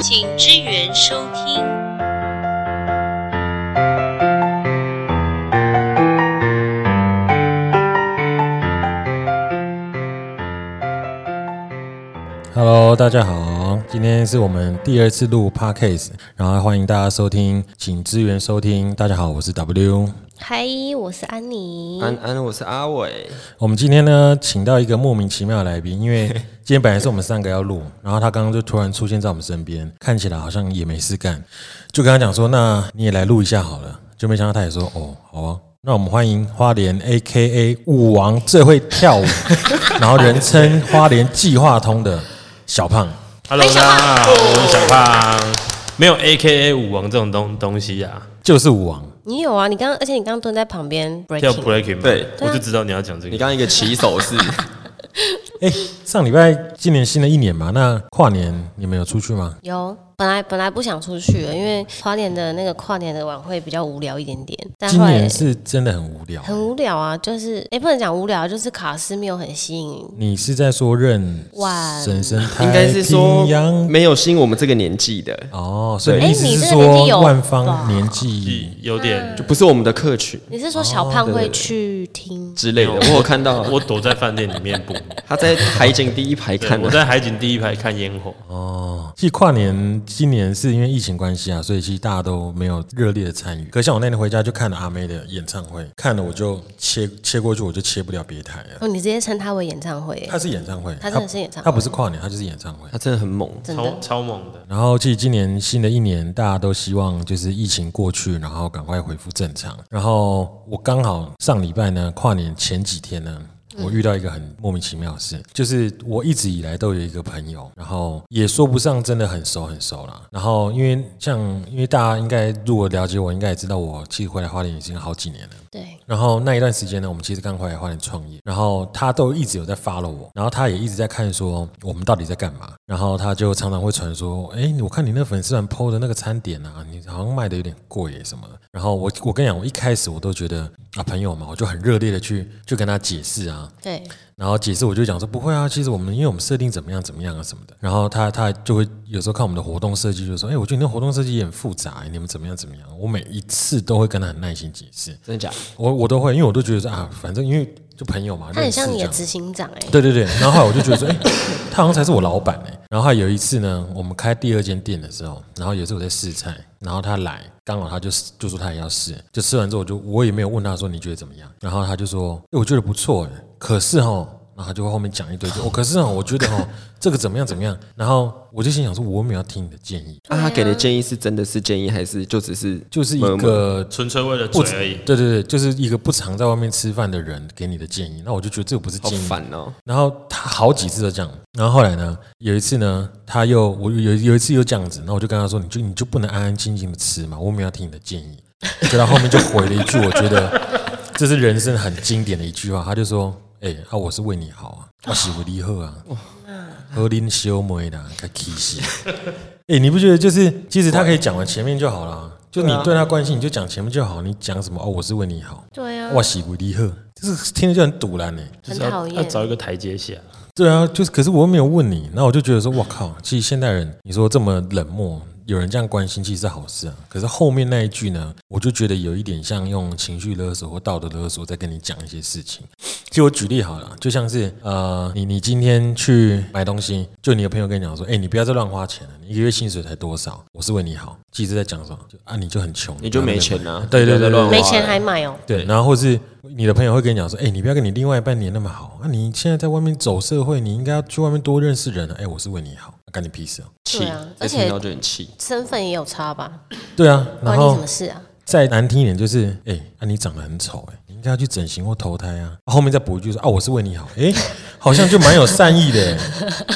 请支援收听。 Hello，大家好，今天是我们第二次录 Podcast，然后欢迎大家收听，请支援收听。大家好，我是 W。嗨，我是安妮。安安，我是阿伟。我们今天呢，请到一个莫名其妙的来宾，因为今天本来是我们三个要录，然后他刚刚就突然出现在我们身边，看起来好像也没事干，就跟他讲说，那你也来录一下好了。就没想到他也说，哦，好啊。那我们欢迎花莲 A K A 舞王，最会跳舞，然后人称花莲计划通的小胖。 Hello，大家好，我是小胖。没有 AKA 舞王这种东东西啊呀、就是舞王，你有啊？你刚，而且你刚蹲在旁边啊，跳 breaking， breaking 嘛对我就知道你要讲这你个。刚刚一个起手 式，哎、上礼拜今年新的一年嘛，那跨年你们有出去吗？有。本来本来不想出去了，因为花莲的那个跨年的晚会比较无聊一点点，但今后来年是真的很无聊。很无聊啊，就是也、不能讲无聊，就是卡斯没有很吸引。你是在说认晚婶婶太应该是说嗯平洋没有新我们这个年纪的，哦，所以对意思哎你是这个年纪说有万方吧年哎纪有点，不是我们的客群你是说小哦胖会去听？之类的。没有我有 看到我躲在饭店里面补。他在海景第一排对看我的，在海景第一排看烟火，哦。其实跨年今年是因为疫情关系啊，所以其实大家都没有热烈的参与。可像我那天回家就看了阿妹的演唱会，看了我就切切过去，我就切不了别台了。哦，你直接称它为演唱会耶，她是演唱会，她真的是演唱会她不是跨年，她就是演唱会。他真的很猛。真超的。超猛的。然后，其实今年新的一年，大家都希望就是疫情过去，然后赶快恢复正常。然后我刚好上礼拜呢，跨年前几天呢，我遇到一个很莫名其妙的事，就是我一直以来都有一个朋友，然后也说不上真的很熟很熟啦。然后因为像因为大家应该如果了解我，应该也知道我其实回来花莲已经好几年了。对，然后那一段时间呢，我们其实刚回来花莲创业，然后他都一直有在 follow 我，然后他也一直在看说我们到底在干嘛，然后他就常常会传说，哎，我看你那粉丝团 PO 的那个餐点啊，你好像卖的有点贵耶什么的。然后我我跟你讲，我一开始我都觉得啊朋友嘛，我就很热烈的去去跟他解释啊，对，然后解释我就讲说不会啊，其实我们因为我们设定怎么样怎么样啊什么的，然后他他就会有时候看我们的活动设计就说，哎，我觉得你那活动设计也很复杂，你们怎么样怎么样，我每一次都会跟他很耐心解释。真的假的？我我都会，因为我都觉得说啊，反正因为就朋友嘛，他很认识像你这的样执行长哎、对对对，然后后来我就觉得说，哎、他好像才是我老板哎、然后后来有一次呢，我们开第二间店的时候，然后有一次我在试菜，然后他来，刚好他就就说他也要试，就试完之后，我就我也没有问他说你觉得怎么样，然后他就说，哎、我觉得不错哎、可是哈。然后他就会后面讲一堆，就哦，可是哦，我觉得哦，这个怎么样怎么样，然后我就心想说，我没有要听你的建议，啊啊那他给的建议是真的是建议，还是就只是就是一闷闷个纯粹为了不嘴而已。对对对，就是一个不常在外面吃饭的人给你的建议，那我就觉得这个不是好建议，烦哦？然后他好几次都这样，然后后来呢，有一次呢，他又我有有一次又这样子，然后我就跟他说，你就你就不能安安静静的吃嘛，我没有要听你的建议。就他后面就回了一句，我觉得这是人生很经典的一句话，他就说，哎、啊我是为你好啊，我是为你好啊，何林修梅啦，该气死。哎、你不觉得就是其实他可以讲完前面就好啦，就你对他关心，你就讲前面就好，你讲什么哦，我是为你好，对啊，我是为你好，就是听着就很堵然欸呢、就很是要讨厌要找一个台阶下，对啊，就是，可是我又没有问你，那我就觉得说，我靠，其实现代人，你说这么冷漠，有人这样关心，其实是好事啊。可是后面那一句呢，我就觉得有一点像用情绪勒索或道德勒索在跟你讲一些事情。就我举例好了，就像是呃，你你今天去买东西，就你的朋友跟你讲说，哎、你不要再乱花钱了，你一个月薪水才多少？我是为你好，其实在讲什么？就啊，你就很穷，你就不要没再钱买啊对对不对对要再乱对花没钱还买哦、对，然后或是你的朋友会跟你讲说，哎、你不要跟你另外一半黏那么好，啊，你现在在外面走社会，你应该要去外面多认识人啊。哎、我是为你好，干你屁事啊！气对啊，再而听且到就很 气。身份也有差吧，对啊，然关哦你后什么事啊？再难听一点就是，哎、啊，你长得很丑、哎，你应该要去整形或投胎啊。后面再补一句说，啊，我是为你好，哎、好像就蛮有善意的、哎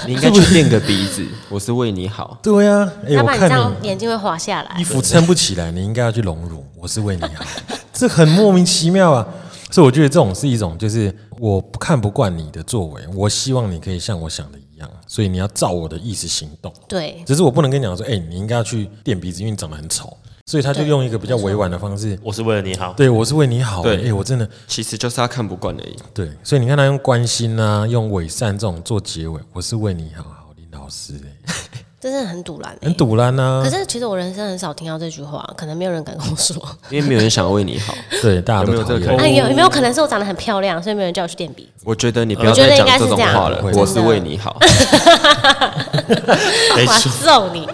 你应该去练个鼻子，我是为你好。对啊，哎、要不我然你这看样你眼睛会滑下来衣。服撑不起来，你应该要去隆乳，我是为你好， 这很莫名其妙啊。所以我觉得这种是一种，就是我看不惯你的作为，我希望你可以像我想的一样，所以你要照我的意思行动。对，只是我不能跟你讲说，哎、你应该要去垫鼻子，因为你长得很丑。所以他就用一个比较委婉的方式，我是为了你好。对我是为你好、哎、对我真的其实就是他看不惯而已。对。所以你看他用关心啊，用伪善这种做结尾，我是为你好，好林老师、哎这真的很堵然、欸，很。堵然啊呐可。是其实我人生很少听到这句话，可能没有人敢跟我说。哦因为没有人想要为你好。对，大家有没都有讨这个厌可。 哎，有有没有可能是我长得很漂亮，所以没有人叫我去垫鼻？我觉得你不我要觉得再讲应该是种这样话了，会我是真的为你好。没我要错，揍 你！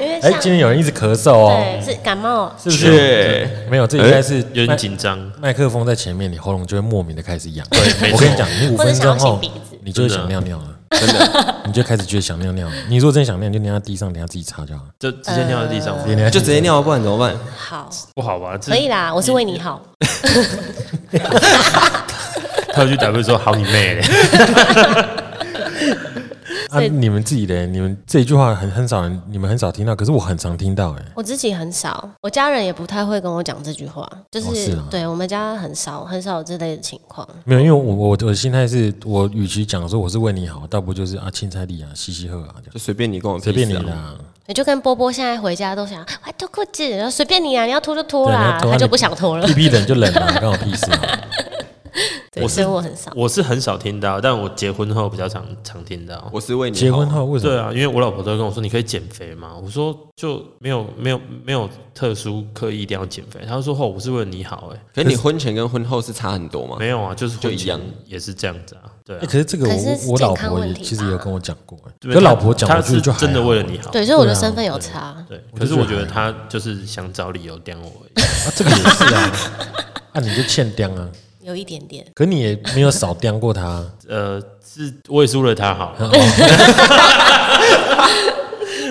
因为哎像，今天有人一直咳嗽哦对，是感冒， 是不是？对，没有，这应该是有麦点紧张。麦克风在前面，你喉咙就会莫名的开始痒。没我错跟你讲，你五或者分想要钟擤后鼻子，你就会真的想尿尿了，真的， 你就开始觉得想尿尿了。你如果真的想尿，你就尿在地上，等下自己擦就好了。就直接尿在地上，直接尿在地就上直接尿，不然怎么办？好，不好吧？这可以啦，我是为你好。他去 W 说好你妹 嘞，啊！你们自己的，你们这一句话很很少人，你们很少听到，可是我很常听到哎、我自己很少，我家人也不太会跟我讲这句话，就是,、哦是啊对我们家很少很少有这类的情况。没有，因为我我我的心态是我与其讲说我是为你好，倒不就是啊青菜地啊嘻嘻喝啊，这样就随便你跟我屁事随啊便你啦。也就跟波波现在回家都想，我要脱裤子，然后随便你啊，你要脱就脱对你啦要，脱啊他就你不想脱 了屁。屁冷就冷 啦，关我屁事啊！ 对，所以我很少。我是很少听到，但我结婚后比较常常听到。我是为你好结婚后为什么？对啊，因为我老婆都会跟我说你可以减肥嘛，我说就没有没有没有特殊刻意一定要减肥，她就说哦我是为了你好哎、可是你婚前跟婚后是差很多吗？没有啊，就是就婚一样前也是这样子啊，对啊欸可是这个我可是是我老健康婆问也题其实吧也有跟我讲过、欸，对啊跟老婆讲，她我觉是得就还真的好为了你好，对，所以我的对啊身份有差。对，我可就是觉我得觉得还好她就是想找理由刁我而已， 啊，这个也是啊， 啊你就欠刁啊，有一点点，可你也没有少刁过他啊，呃，是我也是为了 她好，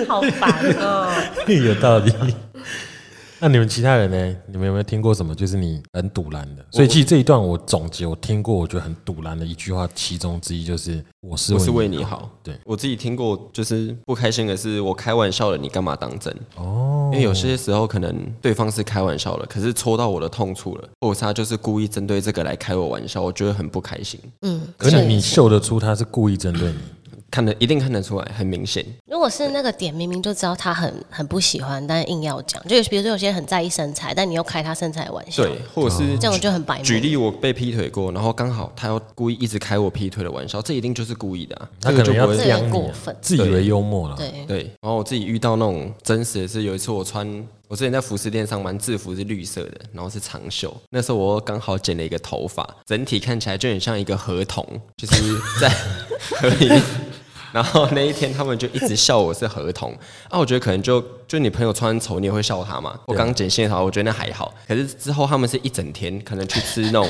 好烦哦、有道理。那你们其他人呢？你们有没有听过什么？就是你很堵拦的。所以其实这一段我总结，我听过我觉得很堵拦的一句话，其中之一就是“我是我是为你你啊好。对我自己听过，就是不开心的是，我开玩笑了，你干嘛当真？哦，因为有些时候可能对方是开玩笑了，可是戳到我的痛处了，或者是他就是故意针对这个来开我玩笑，我觉得很不开心，嗯，”，可是是你你嗅得出他是故意针对你。看得一定看得出来，很明显。如果是那个点，明明就知道他很很不喜欢，但硬要讲，就有比如说有些人很在意身材，但你又开他身材的玩笑，对，或者是这种就很白目。举例，我被劈腿过，然后刚好他要故意一直开我劈腿的玩笑，这一定就是故意的、啊，他这可个就能不要会这这个样过分自以为幽默了。对，对，然后我自己遇到那种真实的是，有一次我穿我之前在服饰店上班，制服是绿色的，然后是长袖。那时候我刚好剪了一个头发，整体看起来就很像一个河童，就是在 河里面。然后那一天他们就一直笑我是河童啊，我觉得可能就就你朋友穿丑你也会笑他嘛。我刚剪线头，我觉得那还好。可是之后他们是一整天，可能去吃那种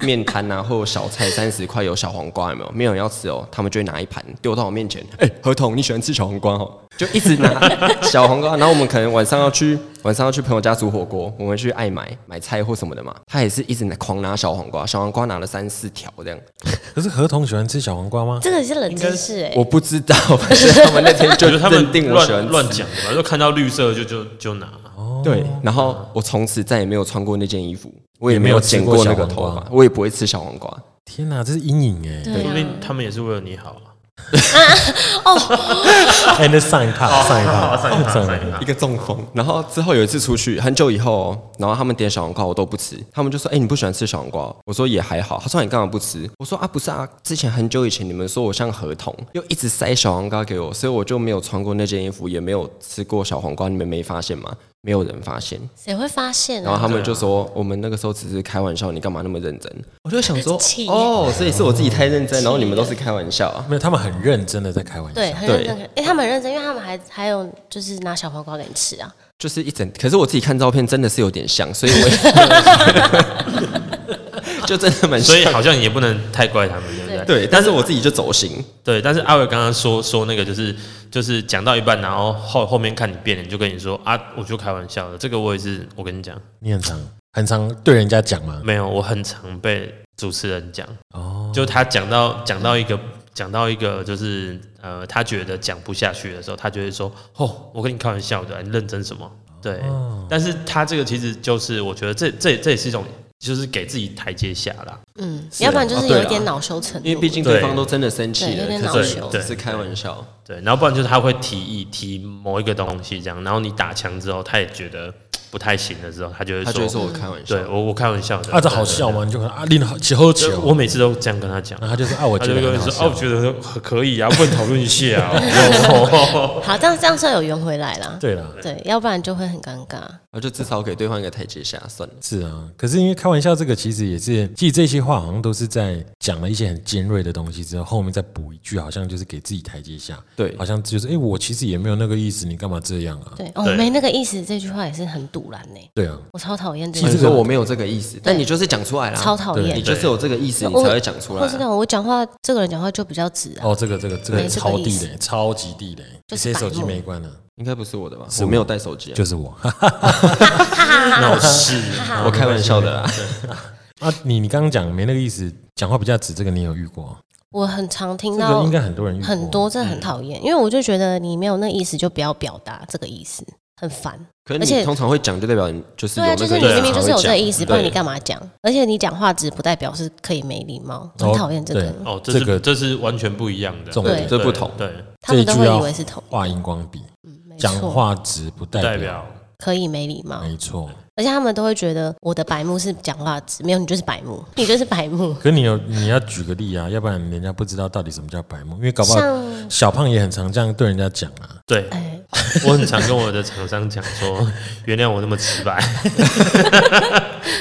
面摊啊，或者小菜三十块有小黄瓜有没有？没有人要吃哦，他们就会拿一盘丢到我面前。哎、河童你喜欢吃小黄瓜哦？就一直拿小黄瓜。然后我们可能晚上要去晚上要去朋友家煮火锅，我们去爱买买菜或什么的嘛。他也是一直拿狂拿小黄瓜，小黄瓜拿了三四条这样。可是合同喜欢吃小黄瓜吗？这个是冷知识哎、我不知道，反正他们那天就 我觉得他们认定我喜欢乱吃乱讲的吧，就看到绿色就就就拿，哦对，然后我从此再也没有穿过那件衣服，我也没也没有有吃剪过过那个小黄头瓜发，我也不会吃小黄瓜。天哪，这是阴影哎、说对不啊，定他们也是为了你好 啊。哎，那上一趴，上一趴，上一趴，一个中风。然后之后有一次出去，很久以后、哦，然后他们点小黄瓜，我都不吃。他们就说：“哎、你不喜欢吃小黄瓜哦？”我说：“也还好。”他说：“你干嘛不吃？”我说：“啊，不是啊，之前很久以前你们说我像河童，又一直塞小黄瓜给我，所以我就没有穿过那件衣服，也没有吃过小黄瓜。你们没发现吗？没有人发现。谁会发现然后啊？他们就说：“我们那个时候只是开玩笑，你干嘛那么认真？”我就想说气：“哦，所以是我自己太认真，然后你们都是开玩笑啊。”没有，他们很认真的在开玩笑。对，很认真看，哎、他们很认真，因为他们还还有就是拿小黄瓜给你吃啊，就是一整，可是我自己看照片真的是有点像，所以 我也就真的蛮所以像。好像也不能太怪他们，对不对？对，但是我自己就走心，对，但是阿伟刚刚说说那个就是就是讲到一半，然后后后面看你变脸，就跟你说啊，我就开玩笑的。这个我也是，我跟你讲，你很常很常对人家讲吗？没有，我很常被主持人讲，哦，就他讲到讲到一个讲到一个就是呃，他觉得讲不下去的时候，他就会说哦，我跟你开玩笑的，你认真什么？对，但是他这个其实就是我觉得这这这也是一种就是给自己台阶下啦。嗯，啊要不然就是有一点对啊恼羞成怒，因为毕竟对方都真的生气对有了点，可恼是羞只是开玩笑。对，然后不然就是他会提议提某一个东西这样，然后你打枪之后，他也觉得不太行的时候，他就会他就会说说我开玩笑对。我我开玩笑的，啊，这好笑吗？你就可能啊，拎好起喝对？对酒，对我每次都这样跟他讲，嗯然后他就说啊，我他觉就得会跟很我好说哦，我笑觉得可以啊，问讨论一下 啊。哦好，这样这样算有圆回来啦。对啦，对，要不然就会很尴尬。那就至少给对方一个台阶下，算了。是啊，可是因为开玩笑这个，其实也是，其实这些话好像都是在讲了一些很尖锐的东西之后，后面再补一句，好像就是给自己台阶下。对好像就是哎、诶我其实也没有那个意思，你干嘛这样啊？对，哦，对没那个意思，这句话也是很堵然呢、对啊，我超讨厌这其实你这个说我没有这个意思，但你就是讲出来啦，超讨你厌。就是有这个意思，你我才会讲出来或是那啊。种我讲话，这个人讲话就比较直啊，哦，这个这个这没个这个超意地思雷，超级地雷，就是谁白手机目没关呢、应该不是我的吧？我没有带手机啊，就是我 闹事，我开玩笑的啦。 啊！你你刚刚讲没那个意思，讲话比较直，这个你有遇过？我很常这听个到应该很多人遇过，很多，真的很讨厌，因为我就觉得你没有那意思，就不要表达这个意思，很烦。可而是且你通常会讲，就代表你就是对有啊，就那个是意你思明明就是有这才个会意讲嗯思，不然你对干嘛讲？而且你讲话直不代表是可以没礼貌，很哦讨厌这对个。哦，这这个是这是完全不一样的，重点对这不同对，他们这都一句会要以为是同画荧光笔，嗯没讲错话直不代代表表，可以没礼貌，没错。而且他们都会觉得我的白目是讲话直，没有你就是白目，你就是白目。可你有你要举个例啊，要不然人家不知道到底什么叫白目，因为搞不好像小胖也很常这样对人家讲啊。对哎，我很常跟我的厂商讲说，原谅我那么直白，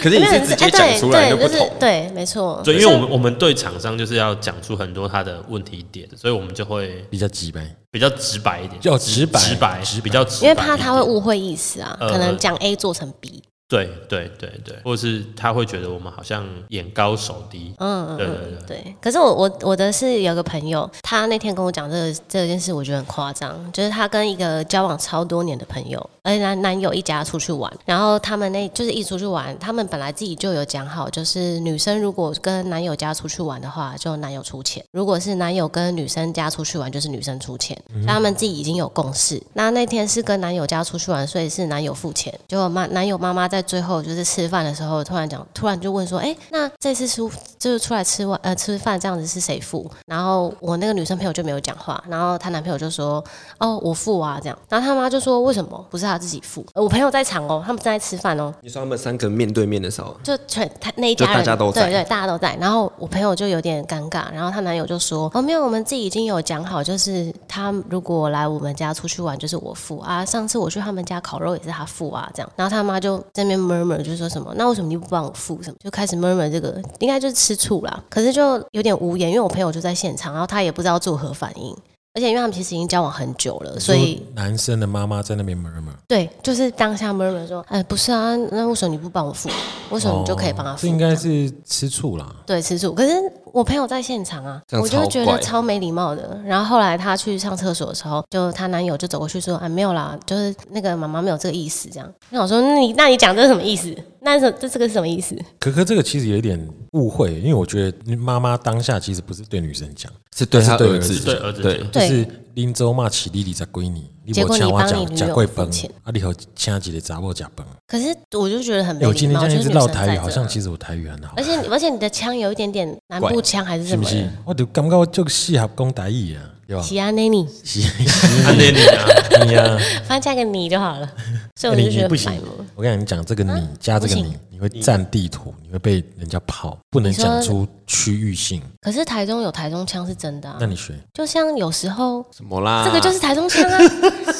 可是因为你是人直是接哎，讲对出来就对，就不是同。对，没错，对，因为我们我们对厂商就是要讲出很多他的问题点，所以我们就会比较急呗，比较直白一点，要直白直白，直白比较直白一因为点，怕他会误会意思啊，呃可能讲 A 做成 B，对对对对，或者是他会觉得我们好像眼高手低，嗯嗯对对嗯，对。可是我我我的是有个朋友，他那天跟我讲这个这件事，我觉得很夸张，就是他跟一个交往超多年的朋友，而且男男友一家出去玩，然后他们那就是一出去玩，他们本来自己就有讲好，就是女生如果跟男友家出去玩的话，就男友出钱；如果是男友跟女生家出去玩，就是女生出钱。所以他们自己已经有共识。那那天是跟男友家出去玩，所以是男友付钱。结果妈男友妈妈在最后就是吃饭的时候，突然讲，突然就问说：“哎、那这次出就是出来吃晚呃吃饭这样子是谁付？”然后我那个女生朋友就没有讲话，然后她男朋友就说：“哦，我付啊。”这样，然后她妈就说：“为什么不是她自己付？”呃我朋友在场哦，他们正在吃饭哦，你说他们三个面对面的时候，就全他那一就家人大家都在对对，大家都在。然后我朋友就有点尴尬，然后她男友就说：“哦，没有，我们自己已经有讲好，就是他如果来我们家出去玩，就是我付啊。上次我去他们家烤肉也是他付啊，这样。”然后他妈就在那边 murmur 就说什么：“那为什么你不帮我付？”什么就开始 murmur 这个，应该就是吃醋啦。可是就有点无言，因为我朋友就在现场，然后他也不知道作何反应。而且因为他们其实已经交往很久了，所以说男生的妈妈在那边 murmur，对，就是当下 murmur 说：“哎，不是啊，那为什么你不帮我付？为什么嗯你就可以帮他哦付？”这应该样是吃醋啦。对，吃醋。可是我朋友在现场啊，这样我就超觉得怪超没礼貌的。然后后来她去上厕所的时候，就她男友就走过去说：“啊，没有啦，就是那个妈妈没有这个意思。”这样，那我说：“那你那你讲这是什么意思？那这这这个是什么意思？可可这个其实有一点误会，因为我觉得妈妈当下其实不是对女生讲，是对他是对儿儿子子对讲儿子对讲就对是林州骂起弟弟在归你，你结果没你请我帮你讲女假友贵付本钱，啊你和请几个杂货假本。可是我就觉得很哎没我今礼天貌，这就样一是直女唠生台语，在好这像其实我台语很好而，且你而且你的腔有一点点南部腔还是是什不么是的？？我就感觉我就适合讲台语啊，对吧？喜安内你， 是是暗恋你啊，你啊，翻加个你就好了。所以我你就觉你得不很行白目。，我跟你讲，这个你加这个你，你会占地图，你会被人家跑，不能你说讲出区域性。可是台中有台中腔是真的啊那，你学就像有时候什么啦？这个就是台中腔 啊！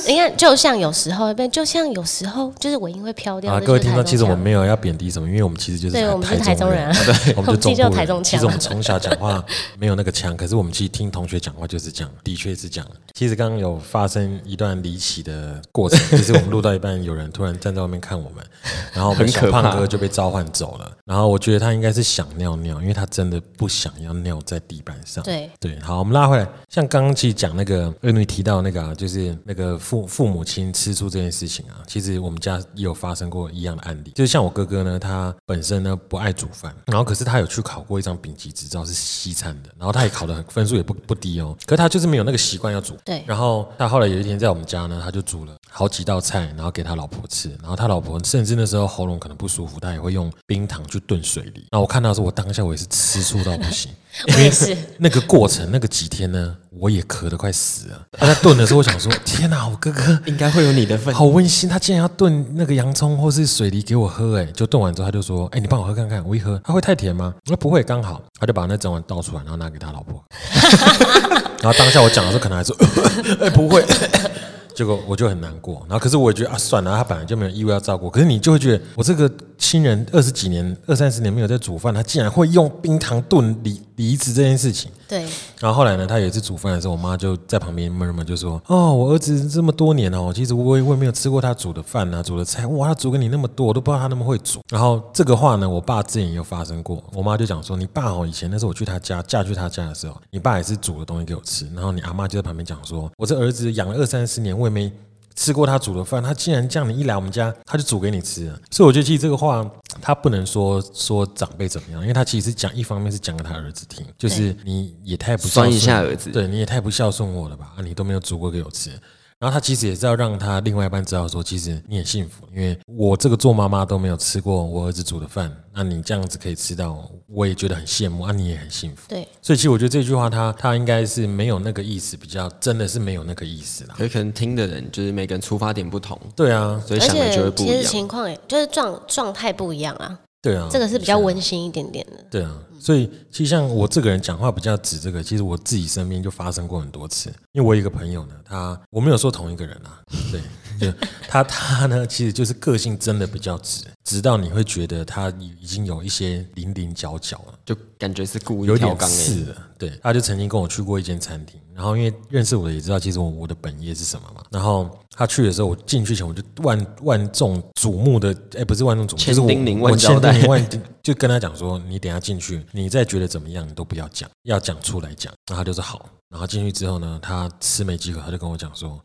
你看，就像有时候，不，就像有时候，就是尾音会飘掉。啊，这各位就是听众，台中其实我们腔没有要贬低什么，因为我们其实就是对我们是台中人，台啊对，我我们就们自己中就部台人。中其腔 实我们从小讲话没有那个腔，可是我们其实听同学讲话就是这样，的确是这样。其实刚刚有发生一段离奇的过程，就是我们录到一半，有人突然站在外面看我们，然后我们很小可怕胖哥就被召唤走了。然后我觉得他应该是想尿尿，因为他真的不想要尿在地板上。对对，好，我们拉回来。像刚刚其实讲那个二女提到那个啊，就是那个父父母亲吃醋这件事情啊，其实我们家也有发生过一样的案例。就是像我哥哥呢，他本身呢不爱煮饭，然后可是他有去考过一张丙级执照是西餐的，然后他也考的很分数也不不低哦，可是他就是没有那个习惯要煮。对然后他后来有一天在我们家呢，他就煮了，好几道菜，然后给他老婆吃，然后他老婆甚至那时候喉咙可能不舒服，他也会用冰糖去炖水梨。那我看到的时候，我当下我也是吃醋到不行，我也是，那个过程那个几天呢，我也咳得快死了。他在炖的时候，我想说， 天哪，我哥哥应该会有你的份。好温馨，他竟然要炖那个洋葱或是水梨给我喝，哎，就炖完之后他就说，哎，你帮我喝看看，我一喝，它会太甜吗？我说不会，刚好，他就把那整碗倒出来，然后拿给他老婆，然后当下我讲的时候，可能还说， 哎，不会。 结果我就很难过，然后可是我也觉得啊，算了，他本来就没有义务要照顾，可是你就会觉得我这个亲人二十几年、二三十年没有在煮饭，他竟然会用冰糖炖梨梨子这件事情，对，然后后来呢，他有一次煮饭的时候，我妈就在旁边闷闷就说：“哦，我儿子这么多年哦，其实我也我也没有吃过他煮的饭啊，煮的菜，哇，他煮给你那么多，我都不知道他那么会煮。”然后这个话呢，我爸之前也有发生过，我妈就讲说：“你爸哦，以前那时候我去他家嫁去他家的时候，你爸也是煮的东西给我吃，然后你阿妈就在旁边讲说：我这儿子养了二三十年，我也没。”吃过他煮的饭，他竟然这样，你一来我们家，他就煮给你吃了。所以我觉得其实这个话，他不能说说长辈怎么样，因为他其实是讲一方面是讲给他儿子听，就是你也太不孝顺酸一下儿子对你也太不孝顺我了吧？啊，你都没有煮过给我啊吃。然后他其实也是要让他另外一半知道说，其实你很幸福，因为我这个做妈妈都没有吃过我儿子煮的饭，那你这样子可以吃到，我也觉得很羡慕，啊，你也很幸福。 对，所以其实我觉得这句话他他应该是没有那个意思，比较真的是没有那个意思啦。可是可能听的人就是每个人出发点不同，对啊，所以而想的就且会不其一实样。情况也就是状状态不一样啊，对啊，这个是比较嗯啊温馨一点点的。对啊，所以其实像我这个人讲话比较直，这个其实我自己身边就发生过很多次。因为我有一个朋友呢，他我没有说同一个人 啊，对，就他他呢，其实就是个性真的比较直，直到你会觉得他已经有一些零零角角了。就感觉是故有意挑点刚欸诶，是的，对，他就曾经跟我去过一间餐厅，然后因为认识我的也知道，其实我我的本业是什么嘛。然后他去的时候，我进去前我就万万众瞩目的，哎，不是万众瞩目，就是我千叮咛我万交代千叮咛万叮就跟他讲说，你等一下进去，你再觉得怎么样，你都不要讲，要讲出来讲。然后他就说好，然后进去之后呢，他吃没几口，他就跟我讲说。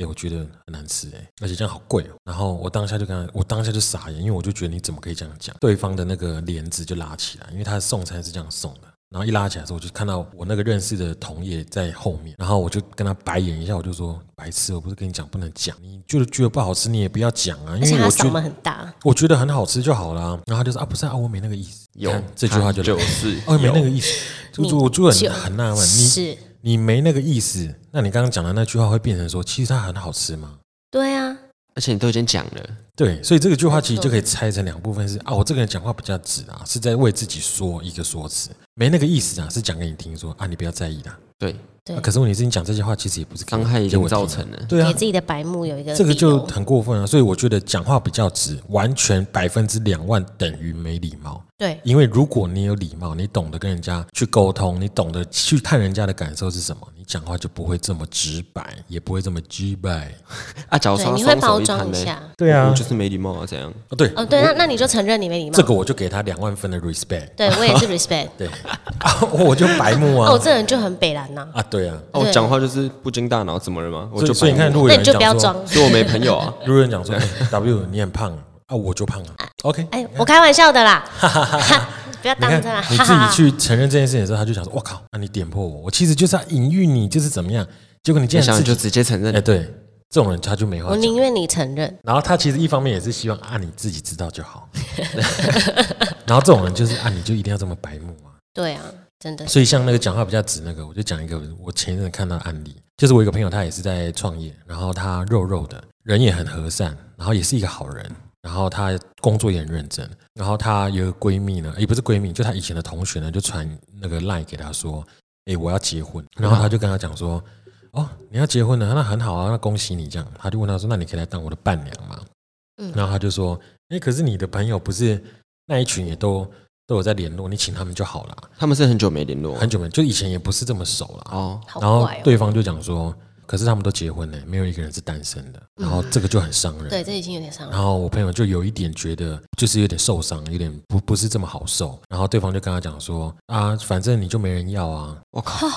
哎、我觉得很难吃哎、而且这样好贵哦、然后我当下就跟他，我当下就傻眼，因为我就觉得你怎么可以这样讲？对方的那个帘子就拉起来，因为他送餐是这样送的。然后一拉起来的时候，我就看到我那个认识的同业在后面，然后我就跟他白眼一下，我就说：“白痴，我不是跟你讲不能讲，你就是觉得不好吃，你也不要讲啊，而且因为他我觉嗓门得很大，我觉得很好吃就好啦。然后他就说：“啊，不是啊，我没那个意思。你有看”这句话就就来了是哦，没有那个意思，就就我就就很很纳闷，你是，你没那个意思，那你刚刚讲的那句话会变成说，其实它很好吃吗？对啊，而且你都已经讲了，对，所以这个句话其实就可以拆成两部分是，啊，我这个人讲话比较直啊，是在为自己说一个说辞，没那个意思啊，是讲给你听说啊，你不要在意啦。对，对啊、，可是问题是你讲这些话其实也不是给伤害已给经我听啊造成了。对啊给，自己的白目有一个这个理就由很过分啊。所以我觉得讲话比较直，完全百分之两万等于没礼貌。对因为如果你有礼貌，你懂得跟人家去沟通，你懂得去看人家的感受是什么，你讲话就不会这么直白，也不会这么直白。啊，假如说对，他你会双手包一装摊一呢？下。对我就是没礼貌啊，这样。哦对，哦，对，那那你就承认你没礼貌这。个我就给他两万分的 respect。对我也是 respect。 对，啊 我就白目哦，我啊这人就很北蓝呐，啊，对啊，哦，我对讲话就是不经大脑，怎么了吗？我所就以所以你看，白如果目那有你人就不要讲装说，。所以我没朋友啊，如果有人讲说哎 W 你很胖啊，我就胖了。OK，哎，我开玩笑的 啦， 不要你当看真啦，你哈自哈己哈。去承认这件事情的时候，他就想说：“我靠，啊那、你点破我，我其实就是要隐喻你，就是怎么样。”结果你竟想然想自就己直接承哎、认。对，这种人他就没话我讲宁。愿你承认，然后他其实一方面也是希望啊你自己知道就好， 然后这种人就是啊你就一定要这么白目啊。对啊，真的是所以像那个讲话比较直那个，我就讲一个我前一阵看到的案例，就是我有一个朋友，他也是在创业，然后他肉肉的，人也很和善，然后也是一个好人，然后他工作也很认真，然后她有一个闺蜜呢，也不是闺蜜，就她以前的同学呢，就传嗯那个 line 给她说，哎、我要结婚，然后她就跟她讲说，哦，你要结婚了，那很好啊，那恭喜你这样，她就问她说，那你可以来当我的伴娘吗？嗯然后她就说，哎、可是你的朋友不是那一群也都都有在联络，你请他们就好啦。啊他们是很久没联络很久没，就以前也不是这么熟了。哦，好然后怪哦。对方就讲说，可是他们都结婚了，没有一个人是单身的。然后这个就很伤人。嗯对，这已经有点伤了。然后我朋友就有一点觉得，就是有点受伤，有点不不是这么好受。然后对方就跟他讲说，啊，反正你就没人要啊。我靠，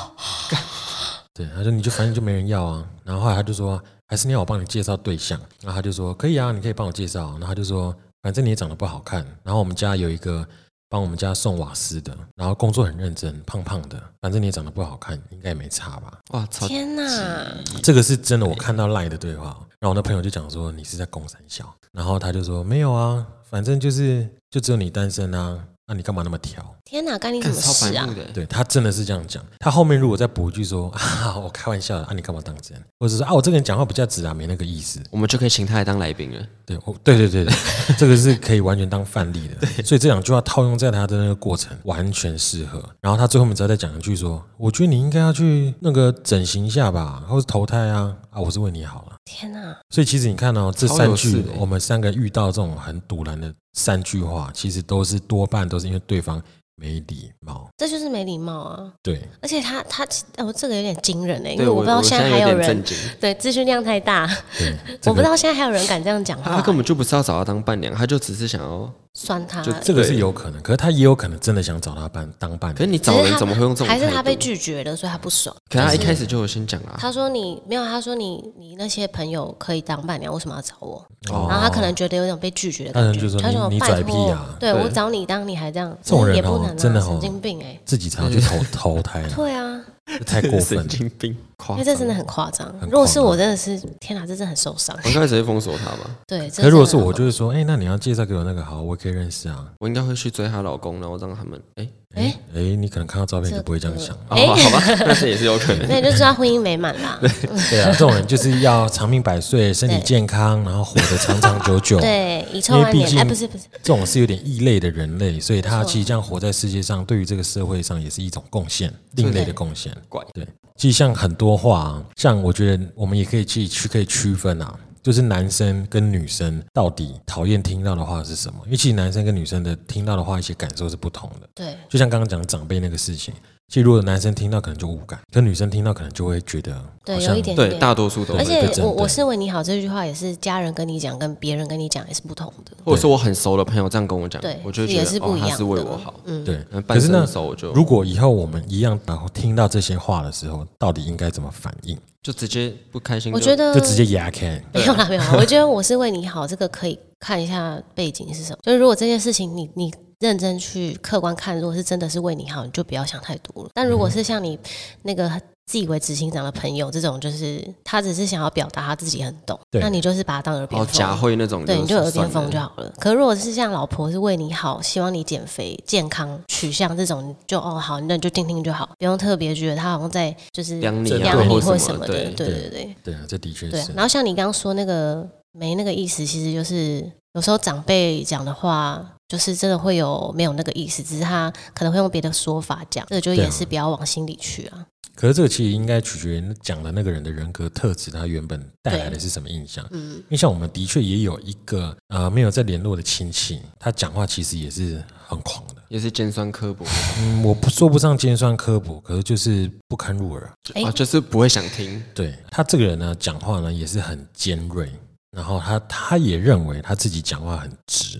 对，他说你就反正就没人要啊。然后后来他就说，还是你要我帮你介绍对象。然后他就说可以啊，你可以帮我介绍。然后他就说，反正你也长得不好看。然后我们家有一个帮我们家送瓦斯的，然后工作很认真，胖胖的，反正你也长得不好看，应该也没差吧。哇操！天哪，这个是真的，我看到赖的对话。哦然后我那朋友就讲说你是在攻三小，然后他就说没有啊，反正就是就只有你单身啊，那、你干嘛那么挑？天哪，干你什看么超事白啊目？的，对他真的是这样讲。他后面如果再补一句说啊，我开玩笑的啊，你干嘛当真？或者说啊，我这个人讲话比较直啊，没那个意思。我们就可以请他来当来宾了。对，我对对对，对 这个是可以完全当范例的。所以这两句话套用在他的那个过程，完全适合。然后他最后面只要再讲一句说，我觉得你应该要去那个整形一下吧，或是投胎啊啊，我是为你好了。天哪，所以其实你看哦，这超三有事句的我们三个遇到这种很堵然的三句话，其实都是多半都是因为对方没礼貌。这就是没礼貌啊！对，而且他他其哦，这个有点惊人哎、因对为我不知道我现在还有点人震惊。 对资讯量太大，对我不知道现在还有人敢这样讲啊他话，根本就不是要找他当伴娘，他就只是想要。酸他啊就。这个是对有可能，可是他也有可能真的想找他伴当伴可是侣。你只找是人他怎么会用这种态还度？是他被拒绝了，所以他不爽。可是他一开始就有先讲啊，他说你没有，他说你你那些朋友可以当伴娘，为什么要找我？哦然后他可能觉得有种被拒绝的他可感能觉，就说他你说你拜拽屁托，啊对对我找你当你还这样，这种人也不哦能啊，真的哦神经病哎。自己才要去投 投胎 啊，对啊，这太过分神了。经病，夸因为张这真的很夸张。张如果是我，真的是天哪，这真的很受伤。我一开始会封锁他吧，对，这可是如果真的是我，就会说，哎，那你要介绍给我那个好，我可以认识啊。我应该会去追她老公，然后让他们哎，哎哎，你可能看到照片你就不会这样想了。哦好吧，但是也是有可 能。那你就知道婚姻美满啦。 对啊，这种人就是要长命百岁，身体对健康，然后活得长长久久。对，遗臭因为万毕年。竟哎，不是不是，这种是有点异类的人类，所以他没错其实这样活在世界上，对于这个社会上也是一种贡献，另类的贡献。怪对，其实像很多话、啊，像我觉得我们也可以自己去可以区分啊，就是男生跟女生到底讨厌听到的话是什么？因为其实男生跟女生的听到的话一些感受是不同的。对就像刚刚讲的长辈那个事情，其实如果男生听到可能就无感，可女生听到可能就会觉得对好像有一点对，大多数都而会，被且针对我我是为你好这句话也是家人跟你讲，跟别人跟你讲也是不同的。或者说我很熟的朋友这样跟我讲对，，我就会也觉是得不哦一，样他的。是为我好。嗯，对可嗯，半是生那的时候我就如果以后我们一样，然后听到这些话的时候，到底应该怎么反应？就直接不开心就，我觉得就直接牙看。没有啦，没有啦。我觉得我是为你好，这个可以看一下背景是什么。就是如果这件事情你你认真去客观看，如果是真的是为你好，你就不要想太多了。但嗯如果是像你那个自以为执行长的朋友这种，就是他只是想要表达他自己很懂，对那你就是把他当耳边哦假风。会那种，对，你就耳边风就好。好了。可如果是像老婆是为你好，希望你减肥、健康取向这种，就哦好，那你就听听就好，不用特别觉得他好像在就是刁你啊刁你或或什什么么的。对对对对。对啊，这的确对是，。然后像你刚刚说那个没那个意思，其实就是有时候长辈讲的话，就是真的会有没有那个意思，只是他可能会用别的说法讲，这个就对啊也是不要往心里去啊。可是这个其实应该取决于那讲的那个人的人格特质，他原本带来的是什么印象。嗯，因为像我们的确也有一个呃没有在联络的亲戚，他讲话其实也是很狂的。也是尖酸刻薄嗯，我不说不上尖酸刻薄，可是就是不堪入耳。哎啊，就是不会想听，对他这个人呢，讲话呢也是很尖锐，然后他他也认为他自己讲话很直，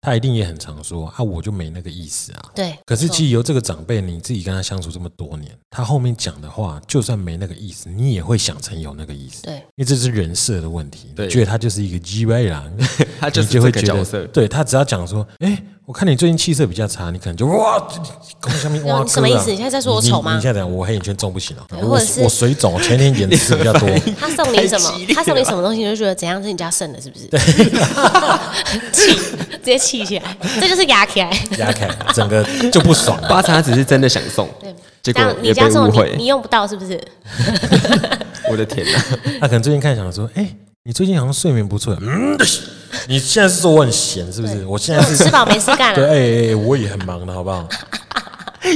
他一定也很常说啊，我就没那个意思啊。对。可是没错其实由这个长辈你自己跟他相处这么多年，他后面讲的话，就算没那个意思，你也会想成有那个意思，对因为这是人设的问题。对你觉得他就是一个鸡歪狼， 他你是就这会个觉角得，色。对他只要讲说，哎，我看你最近气色比较差，你可能就哇，公下面哇，你什么哥啊意思你现在在说我丑吗你你现在讲我黑眼圈重不行了，对我或者是我水肿，我前天盐吃比较 多，他送你什太激么？烈他送你什么东西，你就觉得怎样是你家剩的，是不是？ 气，直接气起来，这就是牙起来。压开整个就不爽了。 八成他只是真的想送，结这果样你也被家送误你你会。用不到，是不是？我的天啊哪！ 他可能最近看想说，哎，你最近好像睡眠不错，嗯，你现在是说我很闲是不是？对我现在是吃饱没事 干对，了。哎、哎哎我也很忙的，好不好？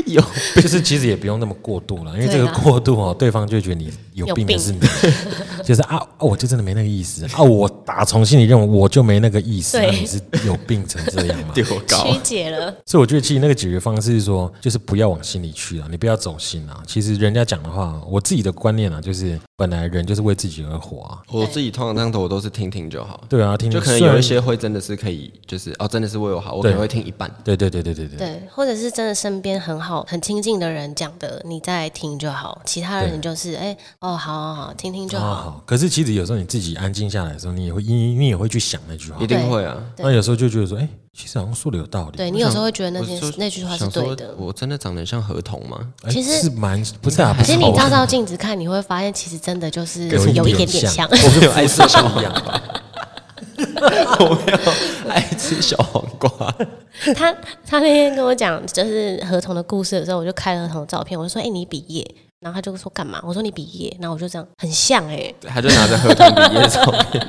有 就是其实也不用那么过度了，因为这个对啦过度哦，对方就会觉得你有有病的病是你， 就是啊啊，我就真的没那个意思啊，我打从心里认为我就没那个意思，那对你是有病成这样 吗？丢高，曲解了，所以我觉得其实那个解决方式是说，就是不要往心里去啊，你不要走心啊。其实人家讲的话，我自己的观念啊，就是本来人就是为自己而活啊，我自己通常这样的我都是听听就好，对啊，听就听可能虽然有一些会真的是可以，就是哦，真的是为我好，我可能会听一半。对对对对对对。对，或者是真的身边很很好、很亲近的人讲的，你再听就好；其他对人就是哎、哦，好好好，听听就啊好。好。可是其实有时候你自己安静下来的时候，你也会你你也会去想那句话一，定会啊。对那有时候就觉得说，哎，其实好像说的有道理。对你有时候想会觉得那我件就那句话是想对说的。我真的长得很像合同吗？哎其实是蛮不是啊，不其是实你好玩照照镜子看，你会发现其实真的就是有一有一点点点像像。我们有爱色不一样吧？ 我没有爱吃小黄瓜， 他他那天跟我讲就是合同的故事的时候，我就开了合同的照片，我就说：“哎、你毕业。”然后他就说：“干嘛？”我说：“你毕业。”然后我就这样很像哎、他就拿着合同毕业照片，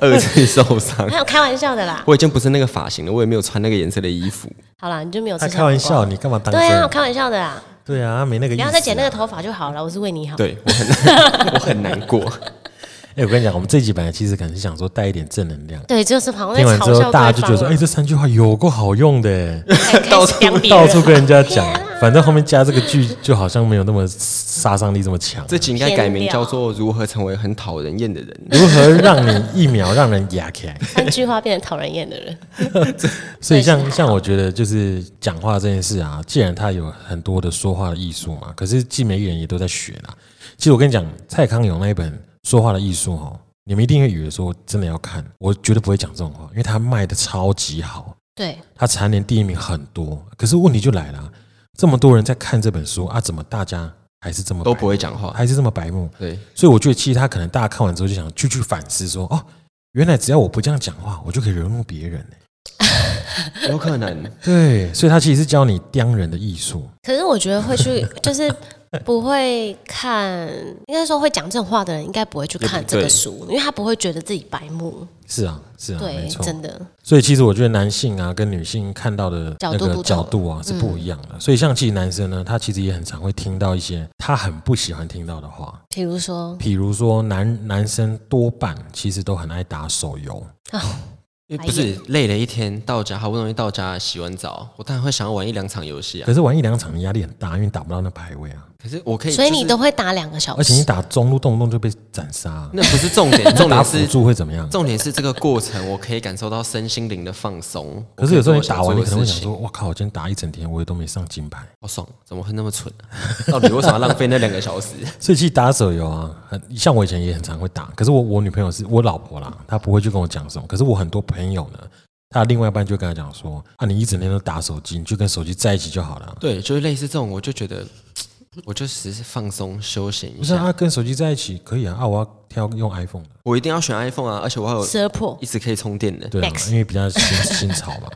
二次受伤还。有开玩笑的啦。我已经不是那个发型了，我也没有穿那个颜色的衣服。好啦，你就没有吃他小开玩黄瓜笑，你干嘛当对啊，我真？开玩笑的啦，对啊，他没那个意不思啊。要再剪那个头发就好了，我是为你好。对我很我很难过。哎，我跟你讲，我们这一集本来其实可能是想说带一点正能量，对，就是旁听边完嘲之笑后大家就觉对得方说，啊哎，这三句话有够好 用的，哎开开始讲别到人啊处跟人家讲。反正后面加这个句，就好像没有那么杀伤力这么强。这集应该改名偏叫掉做《如何成为很讨人厌的人》。如何让你一秒让人牙起来？三句话变成讨人厌的人，所对以是像还好像我觉得就是讲话这件事啊，既然他有很多的说话的艺术嘛，可是既每个人也都在学啦。其实我跟你讲，蔡康永那一本《说话的艺术》哦，你们一定会以为说真的要看，我绝对不会讲这种话，因为他卖的超级好，对，他蝉联第一名很多。可是问题就来了，啊这么多人在看这本书啊，怎么大家还是这么都白不会讲话。还是这么白目？对，所以我觉得，其实他可能大家看完之后就想去去反思说，哦，原来只要我不这样讲话，我就可以惹怒别人。有可能。对，所以他其实是教你刁人的艺术。可是我觉得会去，就是不会看，应该说会讲这种话的人，应该不会去看这对个书，因为他不会觉得自己白目。是啊，是啊，没对，错。真的，所以其实我觉得男性啊跟女性看到的角那度不嗯个同角度啊是不一样的。所以像其实男生呢，他其实也很常会听到一些他很不喜欢听到的话，比如说比如说男男生多半其实都很爱打手游，因为白不是眼累了一天到家，好不容易到家洗完澡，我当然会想要玩一两场游戏啊可。是玩一两场你压力很大，因为你打不到那排位啊，可是我可以，所以你就是都会打两个小而且你时，打中路动不动就被斩杀、啊那不是重点，重 打点辅是助会怎么样？重点是这个过程，我可以感受到身心灵的放松。可是有时候你我以打做完，我你可能会想想说：“我靠，我今天打一整天，我也都没上金牌。好爽，哦怎么会那么蠢啊？到底为什么要浪费那两个小时？”所以其实打手游啊，很像我以前也很常会打。可是我我女朋友是我老婆啦，她不会去跟我讲什么。可是我很多朋友呢，她的另外一半就跟她讲说：“啊，你一整天都打手机，你就跟手机在一起就好了。 对，就是类似这种，我就觉得，我就只是放松休闲”一不是下。啊，跟手机在一起可以啊，啊，我要挑用 iPhone 的， 我一定要选 iPhone 啊，而且我还有十二 Pro 一直可以充电的。对啊， Next 因为比较新新潮嘛。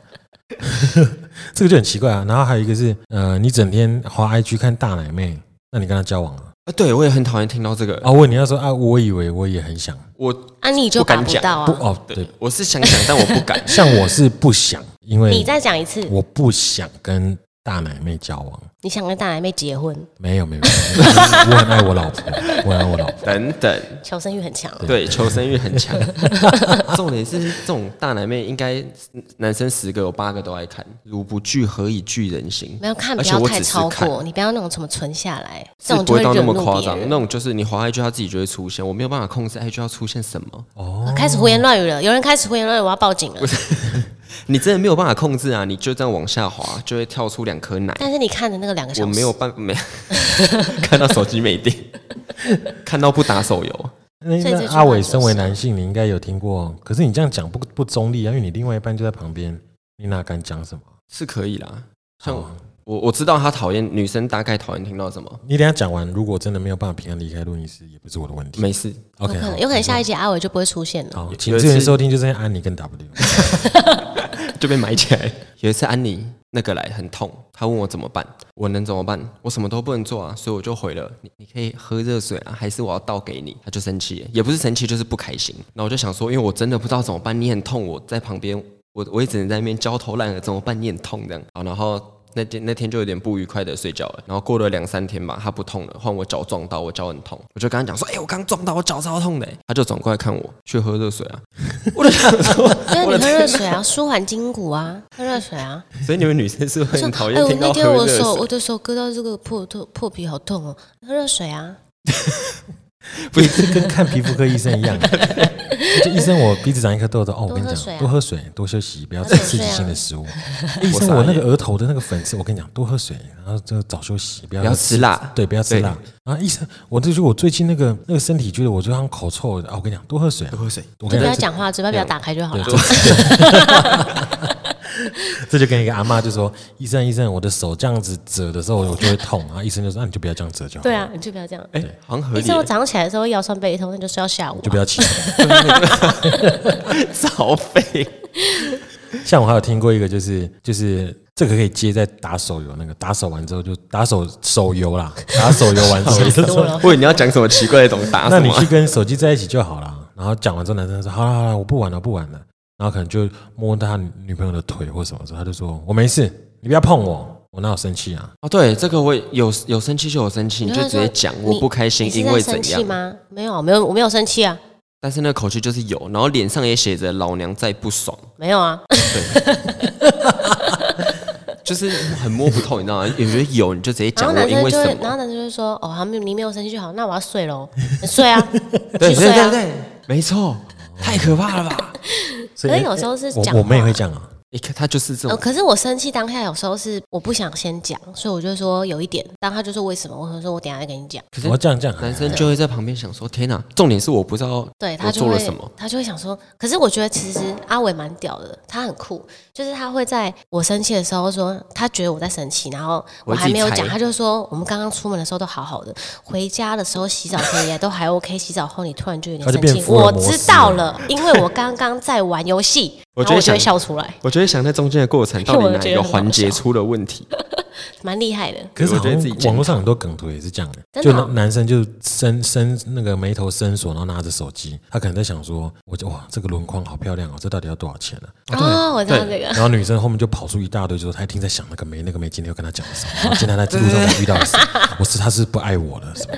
这个就很奇怪啊。然后还有一个是，呃，你整天滑 IG 看大奶妹，那你跟她交往了？啊，对我也很讨厌听到这个。啊，我问你要说啊，我以为我也很想，我啊，你就不敢打不讲到不啊。哦，对，。我是想讲，但我不敢 像我是不想，因为你再讲一次，我不想跟大奶妹交往。你想跟大奶妹结婚，没有没有，没有我很爱我老婆， 我很爱我老婆。等等，求生欲很强。对，求生欲很强。 重点是这种大奶妹，应该男生十个有八个都爱看。如不惧，何以惧人心？没有看，不而且要我太只是超看过，你不要那种什么存下来，这种是不就会会到惹那么怒夸别张，人那。种就是你滑 IG 它自己就会出现，我没有办法控制 IG 要出现什么，啊开始胡哦言乱语了，有人开始胡言乱语，我要报警了。你真的没有办法控制啊！你就这样往下滑，就会跳出两颗奶。但是你看的那个两个我小时，没有 办没看到手机没电，看到不打手游，那所以这句那话阿伟就是身为男性，你应该有听过。可是你这样讲不不中立啊，因为你另外一半就在旁边，你哪敢讲什么？是可以啦。像好啊我我知道他讨厌女生，大概讨厌听到什么，你等一下讲完，如果真的没有办法平安离开录音室，也不是我的问题。没事。有 OK，可好能有可能下一集阿伟就不会出现了。好，有请有一这边次收听就剩下安妮跟 W。 就被埋起来。有一次安妮那个来很痛，她问我怎么办，我能怎么办？我什么都不能做啊，所以我就回了你，你可以喝热水啊，还是我要倒给你？她就生气了，也不是生气，就是不开心。那我就想说，因为我真的不知道怎么办，你很痛，我在旁边，我我也只能在那边焦头烂额，怎么办？你很痛这样。好，然后。那天那天就有点不愉快的睡觉了，然后过了两三天吧，她不痛了，换我脚撞到，我脚很痛，我就跟她讲说，哎、我刚撞到，我脚超痛的，欸她就转过来看我，去喝热水啊，我就想说，就是你我喝的天热水啊，舒缓筋骨啊，喝热水啊。所以你们女生是不是说 很讨哎厌我听到那喝天我热手水？我的手割到这个破破破皮，好痛哦，喝热水啊。不是跟看皮肤科医生一样，啊就医生，我鼻子长一颗痘痘，哦，我跟你多喝水啊讲，多喝水，多休息，不要喝点吃刺激水啊性的食物。哎医生，傻我那眼个额头的那个粉刺，我跟你讲，多喝水，然后就早休息，不要不要吃辣对，不要吃对辣。然后医生，我这就我最近那个那个身体，觉得我就好像口臭啊，我跟你讲，多喝水啊，多喝水我就跟不你要讲，讲话，嘴巴不要打开就好了。这就跟一个阿妈就说，医生，医生，我的手这样子折的时候，我就会痛。啊然后医生就说，那你就不要这样折就好，对，啊，你就不要这样。哎、好像合医理生，我 耶，早上起来的时候腰酸背痛，那就是要下午就啊不。要起来。超费。像我还有听过一个，就是就是这个可以接在打手游那个，打手完之后就打手手游 啦，打手游完手游啊吓死我了或者你要讲什么奇怪的东西打那什你么啊去？跟手机在一起就好了。然后讲完之后，男生说：“好了好了，我不玩了，不玩了。”然后可能就摸他女朋友的腿或什么时候，他就说：“我没事，你不要碰我，我哪有生气啊 哦，对，这个我也有有生气就有生气，你你就直接讲我不开心，你因为是在生怎气样？吗？没有，没有，我没有生气啊，但是那口气就是有，然后脸上也写着老娘在不 爽，没有啊。就是很摸不透，你知 道吗？有觉得有你就直接然讲后我男因生为就什会，然后么？男生就会说：“哦，他没有你没有生气就好，那我要睡喽，你 睡啊，对去睡对对啊。”对，没错，太可怕了 吧？？”所可以是有时候是我讲我妹话会这样啊，你看他就是这哦，种，可是我生气当下有时候是我不想先讲，所以我就说有一点，当他就说为什么，我就说我等一下再跟你讲。可是我这样这样，男生就会在旁边想说：天哪，重点是我不知道对他我就做了会什么。他就会想说，可是我觉得其实阿伟蛮屌的，他很酷，就是他会在我生气的时候说，他觉得我在生气，然后我我自还己没有讲，猜他就说我们刚刚出门的时候都好好的，回家的时候洗澡前也都还 OK，洗澡后你突然就有点他就生变气，福尔我摩知斯道了了，因为我刚刚在玩游戏，我然后我就就会会想笑出来，我就会想，在中间的过程到底哪一个环节出了问 题？蛮厉害的。可是我好觉得自己像检网络上很多梗图也是这样的，真的就哦男男生就伸伸那个眉头深锁，然后拿着手机，他可能在想说：“我就哇，这个轮框好漂亮哦，这到底要多少钱呢、啊？”哦，我知道这个，然后女生后面就跑出一大堆，就说她一定在想那个没那个没，今天又跟他讲了什么，然后今天她在路上我遇到了什么，我是他是不爱我了什么。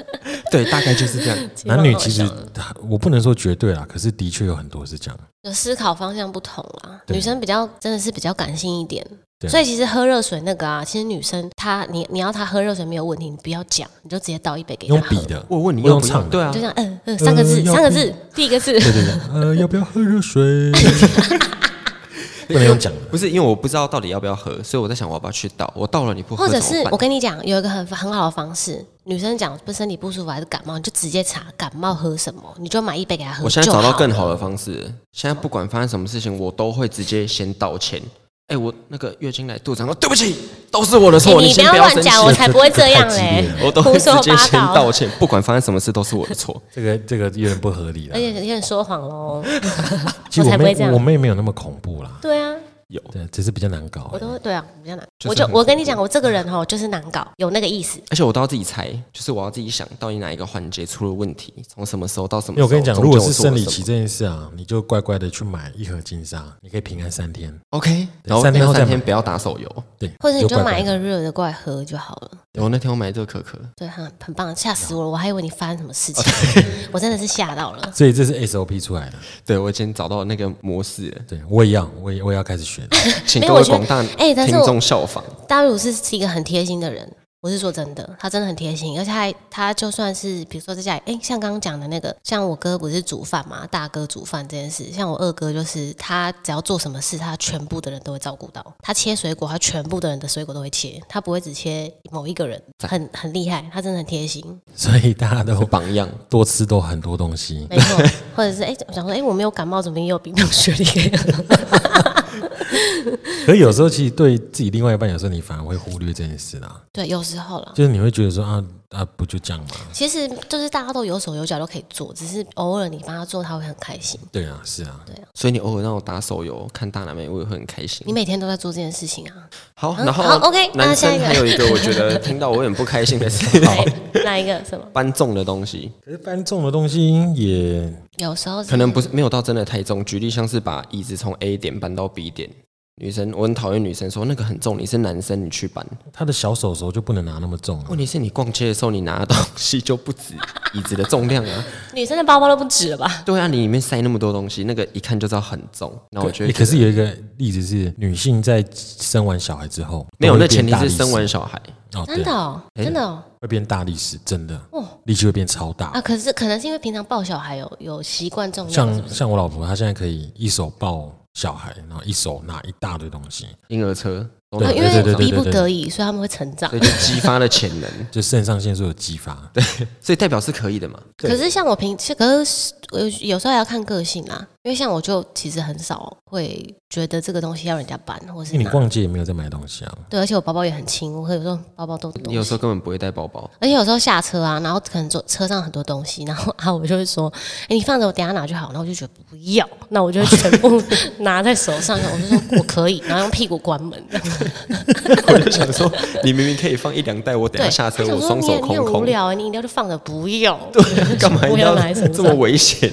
对，大概就是这样。男女其蛮实好笑的我不能说绝对啦，可是的确有很多是这样。就思考方向不同啦，对女生比较真的是比较感性一点。对所以其实喝热水那个啊，其实女生她你你要她喝热水没有问题，你不要讲，你就直接倒一杯给她用喝笔，的，我问你不要用不要？唱的，对啊就，这样嗯嗯三个字、要三个不字，第一个字对对对，啊呃，要不要喝热水？不能用讲的，不是因为我不知道到底要不要喝，所以我在想我要不要去倒。我倒了你不喝或者怎是么我办？跟你讲，有一个很很好的方式，女生讲不是身体不舒服还是感冒，你就直接查感冒喝什么，你就买一杯给她喝。我现在找到更好好了，的方式，现在不管发生什么事情，我都会直接先道歉。哎，我那个月经来肚子疼，我对不起，都是我的错，哎你先要要乱生气讲，。我才不 会这样这太激烈嘞了，我都胡会直说接八先道道，歉，不管发生什么事都是我的错。这个这个有点不合理了而。且有点说谎喽。其实哎我才不会妹这样我妹没有那么恐怖啦，对啊，有，对，只是比较难搞而已。我都对啊，比较难。哦就是我就很我跟你讲，我这个人哦，就是难搞，有那个意思。而且我都要自己猜，就是我要自己想到底哪一个环节出了问题，从什么时候到什么因时为候。我跟你讲，中如间果我是做了生理什么期这件事啊，你就乖乖的去买一盒金沙，你可以平安三天。 OK，然后三天那后再三天买不要打手游。对，或者你就乖乖买一的个热的过来喝就好了。我那天我买热可可，对，很很棒，吓死我了！我还以为你发生什么事情，哦 我真的是吓到了。所以这是 SOP 出来的。对我已经找到那个模式了，对我也要，我也我也要开始 学了。请没各有我位觉得广大哎但是听我众效仿。大鲁是是一个很贴心的人，我是说真的，他真的很贴心，而且他还他就算是比如说在家里，哎、像刚刚讲的那个，像我哥不是煮饭嘛，大哥煮饭这件事，像我二哥就是他只要做什么事，他全部的人都会照顾到，他切水果，他全部的人的水果都会切，他不会只切某一个人，很很厉害，他真的很贴心，所以大家都榜样，多吃多很多东西。没错， 或者是哎、我想说哎、我没有感冒，怎么也有冰冻雪梨可以喝？可有时候其实对自己另外一半，有时候你反而会忽略这件事啦。 对，有时候啦。就是你会觉得说啊啊，不就这样吗？其实就是大家都有手有脚都可以做，只是偶尔你帮他做，他会很开心。对啊，是啊，所以你偶尔让我打手游、看大男妹，我也会很开心你。每天都在做这件事情啊？好，嗯然后好，OK，那男下一生个还有一个，我觉得听到我很不开心的是来，哪一个什么？搬重的东西，可是搬重的东西也有时候是可能不是没有到真的太重。举例像是把椅子从 A 点搬到 B 点，女生我很讨厌女生说那个很重，你是男生你去搬。他的小手手就不能拿那么重啊哦问。题是你逛街的时候，你拿的东西就不止椅子的重量啊。女生的包包都不止了吧？对啊，你里面塞那么多东西，那个一看就知道很重。那我觉得可是有一个例子是，女性在生完小孩之后，没有，都那会变前提大是力士生完小孩，哦，真的对哦，真的哦，会变大力士，真的哦，力气会变超大啊，。可是可能是因为平常抱小孩有有习惯这种，是像不是像我老婆，她现在可以一手抱小孩，然后一手拿一大堆东西，婴儿车，都对啊能因对对为对逼不得已，所以他们会成长所以。就激发了潜能，就肾上腺素有激发。啊对，所以代表是可以的嘛。对可是像我平，可是我有时候还要看个性啦，因为像我就其实很少会觉得这个东西要人家搬，或是因为你拿逛街也没有在买东 西啊。对，而且我包包也很轻，我有时候包包都你有东时西，候根本不会带包包，而且有时候下车啊，然后可能坐车上很多东西，然后 啊我就会说，哎、你放着我等一下拿就好，然后我就觉得不要，那我就会全部拿在手上，我就说我可以，然后用屁股关门。 我就想说，你明明可以放一两袋，我等对，下 下车我想我说双你手很你空很无空，聊、欸你饮料就放着不用， 干嘛一定不要拿在身上这么危险？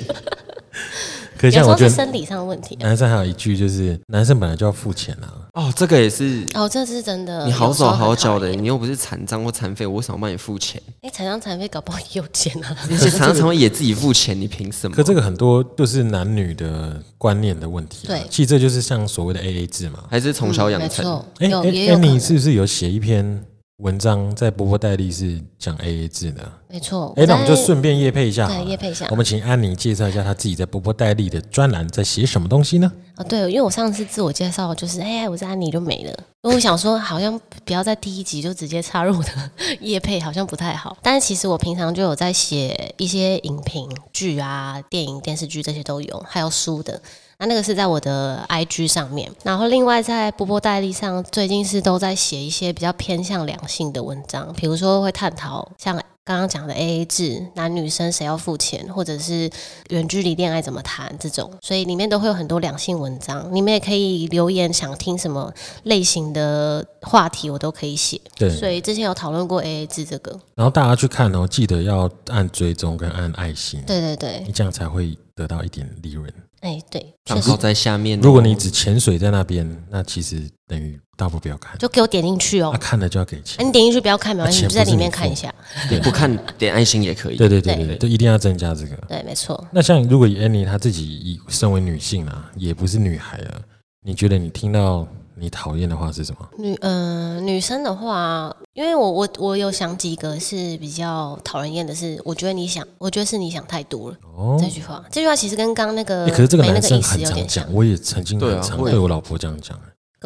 可是有像时我候觉是得生啊理上的问题啊、男生还有一句就是，男生本来就要付钱啊。 哦，这个也是。哦，这是真的。你好有时手候很好脚讨的，厌你又不是残障或残废，我为什么帮你付钱？哎，残障残废搞不好也有钱 啊。而且常常也自己付钱，你凭什么？可这个很多就是男女的观念的问题啊。对其实这就是像所谓的 AA 制嘛。还是从小养成。嗯哎没错，有也哎有哎，可你能，是不是有写一篇文章在波波戴利是讲 AA 制的？没错。哎，那我们就在顺便夜配一下好了，对业配一下我们请安妮介绍一下她自己在波波戴利的专栏在写什么东西呢？哦，对，因为我上次自我介绍就是，哎，我是安妮就没了。因为我想说，好像不要在第一集就直接插入我的 业配，好像不太好。但是其实我平常就有在写一些影评剧啊、电影、电视剧这些都有，还有书的。那那个是在我的 IG 上面，然后另外在波波戴利上，最近是都在写一些比较偏向两性的文章，比如说会探讨像刚刚讲的 AA 制，男女生谁要付钱，或者是远距离恋爱怎么谈这种，所以里面都会有很多两性文章，你们也可以留言想听什么类型的话题，我都可以写。对，所以之前有讨论过 AA 制这个，然后大家去看哦，记得要按追踪跟按爱心，对对对你，这样才会得到一点利润。哎对，账确号实。在下面哦、如果你只潜水在那边，那其实等于大不不要看，就给我点进去哦啊，，看了就要给哎、钱。你点进去不要看，没关系，啊你就在钱不是里面你付看一下。你不看点爱心也可以。对对对对对对，就一定要增加这个。对，没错。那像如果以 Annie 她自己以身为女性啊，也不是女孩啊，你觉得你听到你讨厌的话是什么？女呃女生的话，因为我我我有想几个是比较讨人厌的是，我觉得你想，我觉得是你想太多了。哦这句话，这句话其实跟刚刚那个欸可是这个没那男个意生思很有常点像讲，。我也曾经对啊很常我也对我老婆这样讲。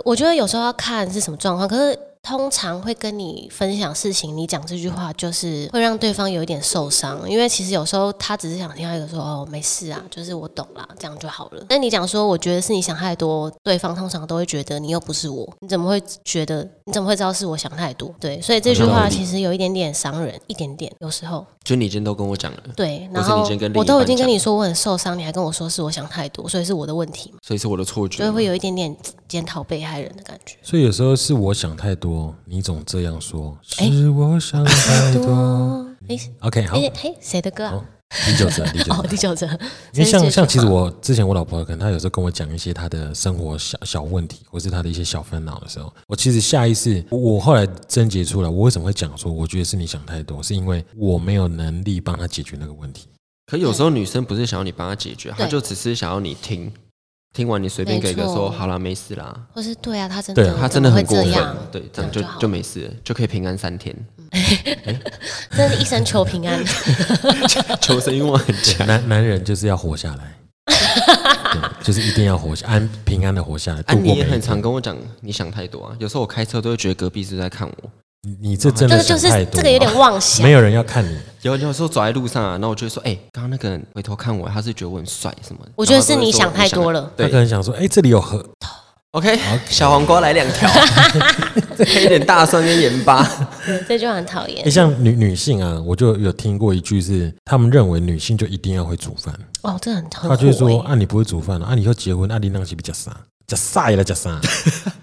我觉得有时候要看是什么状况，可是通常会跟你分享事情，你讲这句话就是会让对方有一点受伤，因为其实有时候他只是想听到一个说哦没事啊，就是我懂啦，这样就好了。但你讲说我觉得是你想太多，对方通常都会觉得你又不是我，你怎么会觉得你怎么会知道是我想太多？对，所以这句有道话理其实有一点点伤人，一点点，有时候就你今天都跟我讲了，对。或然是你后先跟另我一都已半经跟讲你说我很受伤，你还跟我说是我想太多，所以是我的问题嘛，所以是我的错觉就。啊会有一点点检讨被害人的感觉。所以有时候是我想太多，你总这样说，是我想太多。多，哎。 OK，好，哎嘿，谁的歌好啊？李 九哲，李九哦哲，。第九者，因为像真是这像句其实话我之前我老婆可能她有时候跟我讲一些她的生活小小问题，或是她的一些小烦恼的时候，我其实下意识我我后来症结出来，我为什么会讲说我觉得是你想太多，是因为我没有能力帮她解决那个问 题。可有时候女生不是想要你帮她解决，她对就只是想要你听，听完你随便给个没错说好啦，没事啦。或是对啊，他真对的啊她真的的很过这分样，，对，这样这就样就好就没事了，就可以平安三天。 真的一生求平 安。求生欲望很强，男男人就是要活下来，对，就是一定要活下安平安的活下来，啊安度妮过啊也每一很天常。跟我讲，你想太多啊。有时候我开车都会觉得隔壁是不是在看我。你你这真这的个就想哦是太多这个有点了，妄想没，有人 要看你。有有时候走在路上啊，然后我就会说，哎、刚刚那个人回头看我，他是觉得我很帅什么的。我觉得然后是他就会你说想太多。你了。他对可 能想说，哎，这里有河， OK，小黄瓜来两 条， 再配一点大蒜跟盐巴。对这就很讨厌诶像女女性啊，我就有听过一句是，他们认为女性就一定要会煮饭，哦，这很很她就会火说欸啊，你不会煮饭啊，你以后结婚啊，你那是比 较傻，假傻也来假傻。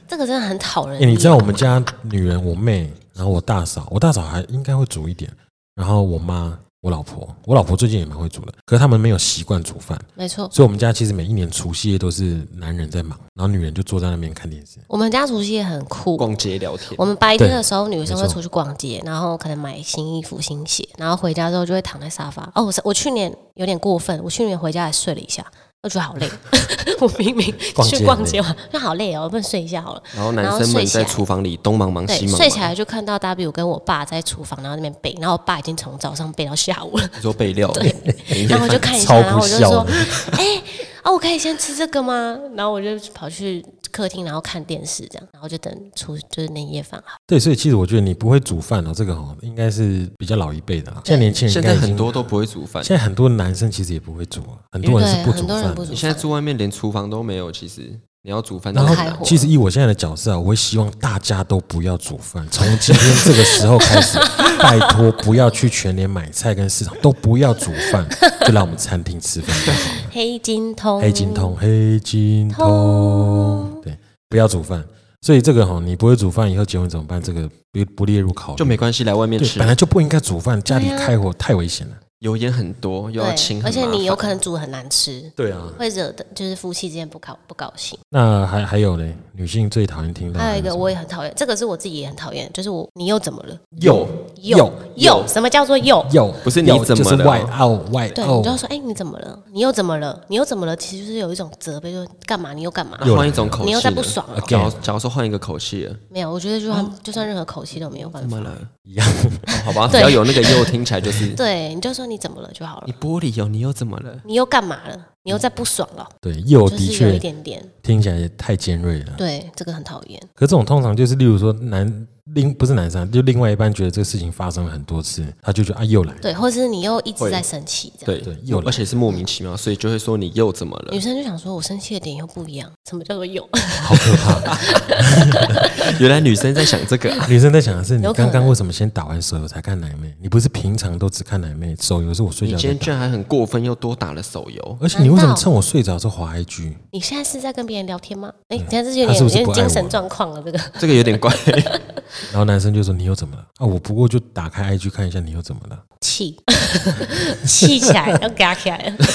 这个真的很讨人哎，厌。你知道我们家女人，我妹，然后我大嫂，我大嫂还应该会煮一点，然后我妈。我老婆，我老婆最近也蛮会煮的，可是他们没有习惯煮饭，没错，所以我们家其实每一年除夕夜都是男人在忙，然后女人就坐在那边看电视。我们家除夕也很酷。逛街聊天我，们白天的对时候，女生没会错出去逛街，然后可能买新衣服、新鞋，然后回家之后就会躺在沙发。哦，我是我去年有点过分，我去年回家还睡了一下，我觉得 好累。我明明逛街去很逛累街玩，就好累哦，不能睡一下好了。然后男生们在厨房里东忙忙对西，忙睡起忙，来就看到 W 跟我爸在厨房，然后那边背，然后我爸已经从早上背到下午了，你说备料， 然后我就看一下，超然后不我就孝说的，啊，我可以先吃这个吗？然后我就跑去客厅，然后看电视这样，然后就等出就是年夜饭好。对，所以其实我觉得你不会煮饭哦，这个哦，应该是比较老一辈的啦。现在年轻人现应该在已经很多都不会煮饭，现在很多男生其实也不会煮啊，很多人是对，不煮很多人饭不的。煮你现在饭，住外面连厨房都没有，其实你要煮饭，然开火后，其实以我现在的角色啊，我会希望大家都不要煮饭，从今天这个时候开始，拜托不要去全联买菜跟市场，都不要煮饭，就来我们餐厅吃饭就 好了。黑金通，黑金通，黑金通通，对，不要煮饭。所以这个哈，你不会煮饭，以后结婚怎么办？这个不不列入考虑，就没关系，来外面对，吃本，来就不应该煮饭，家里对啊开火太危险了。油烟很多，又要对，清很麻而烦，且你有可能煮很难吃，对啊，会惹的就是夫妻之间不高不高兴。那还还有嘞，女性最讨厌听到的还有一那个种我也很讨厌，这个是我自己也很讨厌，就是我你又怎么了？有又又什么叫做又？又不是你又怎么就啊是了外傲外对，傲哦哦你就，要说，哎、你怎么了？你又怎么了？你又怎么了？其实就是有一种责备，就是干嘛你又干嘛？又换一种口气了，啊你又在不爽了假如假如说换一个口气了，没有，我觉得就算、就算任何口气都没有办哦怎法么。了？一样哦好吧，只对要有那个又，听起来就是对，你就说你怎么了就好了你。玻璃有，你又怎么了？你又干嘛了？你又在不爽了？ 对，又就的是有一确点点，听起来也太尖锐了。对，这个很讨厌。可这种通常就是，例如说男另不是男生啊，就另外一半觉得这个事情发生了很多次，他就觉得啊又来，对，或者是你又一直在生气，这样。对对又来而且是莫名其妙，所以就会说你又怎么了女？生就想说，我生气的点又不一样，什么叫做有？好可怕。原来女生在想这个啊，女生在想的是，你有可刚能刚为什么先打完手游才看奶妹？你不是平常都只看奶妹，手游是我睡你觉今在天居打，然还很过分，又多打了手游，而且你为什么难道趁我睡着的时候滑 IG？你现在是在跟别人聊天吗？哎、你看这有嗯他点是不是有不点爱我精神状况了，这个。这个有 点怪。然后男生就说你又怎么了？啊，我不过就打开 IG 看一下你又怎么了。气， 气起来，要嘎起来了。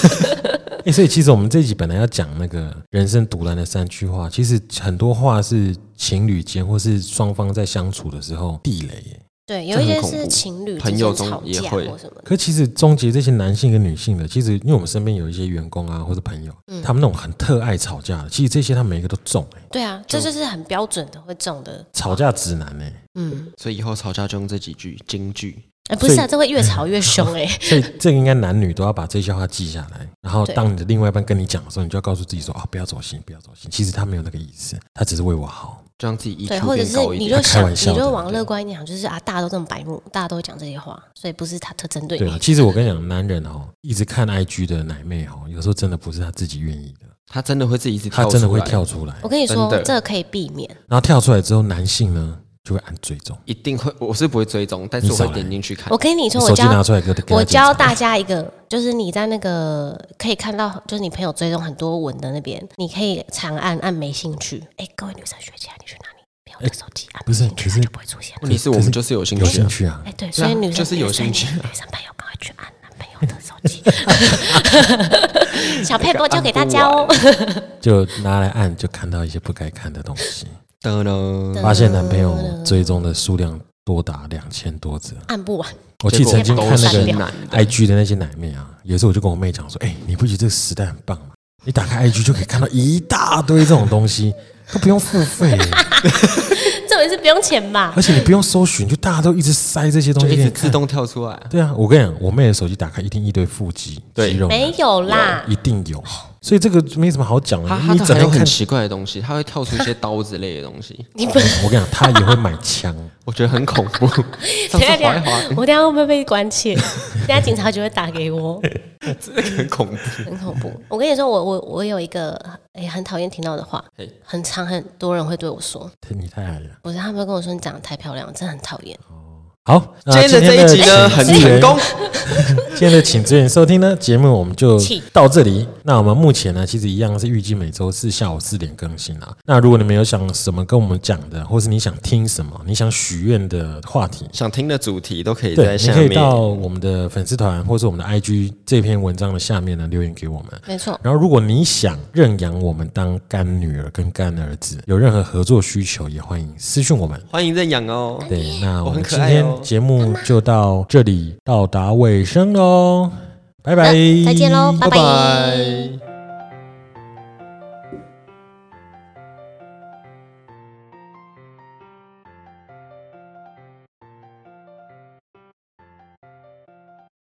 哎、所以其实我们这一集本来要讲那个人生独蓝的三句话，其实很多话是情侣间或是双方在相处的时候地雷耶。对，有一些这很恐是怖情侣朋之友间中吵也架会或什么的。可其实终结这些男性跟女性的，其实因为我们身边有一些员工啊或者朋友，他们那种很特爱吵架的，其实这些他每一个都中、欸，对啊，这就是很标准的会中的。吵架指南呢、嗯，所以以后吵架就用这几句金句，哎，不是所啊，以这会越吵越 凶哎。所以这个应该男女都要把这些话记下来，然后对当你的另外一半跟你讲的时候，你就要告诉自己说啊，不要走心，不要走心。其实他没有那个意思，他只是为我好。就让自己对， EQ 或者变是高一你点。就开想，玩你笑的就往乐观一点，就是啊，大家都这么白目，大家都会讲这些话，所以不是他特针对对你啊，。其实我跟你讲，男人哦，一直看 IG 的奶妹哦，有时候真的不是他自己愿意的。他真的会自己一直他跳真的会出来跳出来，我跟你说真的，这个可以避免。然后跳出来之后，男性呢就会按追踪，一定会，我是不会追踪，但是你我少会来点进去看我。跟你说，我手机教拿出来给给他我检查教大家一个，就是你在那个可以看到，就是你朋友追踪很多文的那边，你可以长按按没兴趣。哎、各位女生学姐，你去哪里？哎没有我的手机按不没是兴趣，可是它就不会出现了。问题是我可们是就是有兴有趣兴啊，趣啊哎、。对，对啊所以女生就是有兴趣女生朋友赶快去按男朋友的手 机。小佩波教给大家哦，就拿来按，就看到一些不该看的东西，噔噔，发现男朋友追踪的数量多达两千多则。按不完。我记得曾经看那结果都是个男的 IG 的那些奶妹啊，有一次我就跟我妹讲说：“哎，你不觉得这个时代很棒吗？你打开 IG 就可以看到一大堆这种东西，都不用付费，这回是不用钱吧？而且你不用搜寻，就大家都一直塞这些东就西一给直你自看。”动跳出来。对啊，我跟你讲，我妹的手机打开一定一堆腹肌、对肌肉男，没有啦，一定有，所以这个没什么好讲的他。他你他整还天有很看，奇怪的东西，他会跳出一些刀子类的东西， 你不。 我跟你讲，他也会买枪， 我觉得很恐 怖。等上次一下，滑一等一滑下，我等一下会不会被关切？等一下警察就会打给我。很恐怖。啊很恐怖。我跟你说，我我我有一个哎、很讨厌听到的话嘿，很常很多人会对我说，你太矮了。不是他们会跟我说你长得太漂亮了，真的很讨厌。好，那今天的这一集呢，很请支援成功。 今天的请支援收听呢，节目我们就请到这里。那我们目前呢，其实一样是预计每周四下午四点更新啊。那如果你们有想什么跟我们讲的，或是你想听什么，你想许愿的话题，想听的主题都可以对，在你下可以面。到我们的粉丝团或是我们的 IG 这篇文章的下面呢留言给我们。没错，然后，如果你想认养我们当干女儿跟干儿子，有任何合作需求，也欢迎私讯我们。欢迎认养哦，对，那我我们很今可爱天哦节目就到这里到达尾声喽，拜拜，那再见喽，拜拜拜。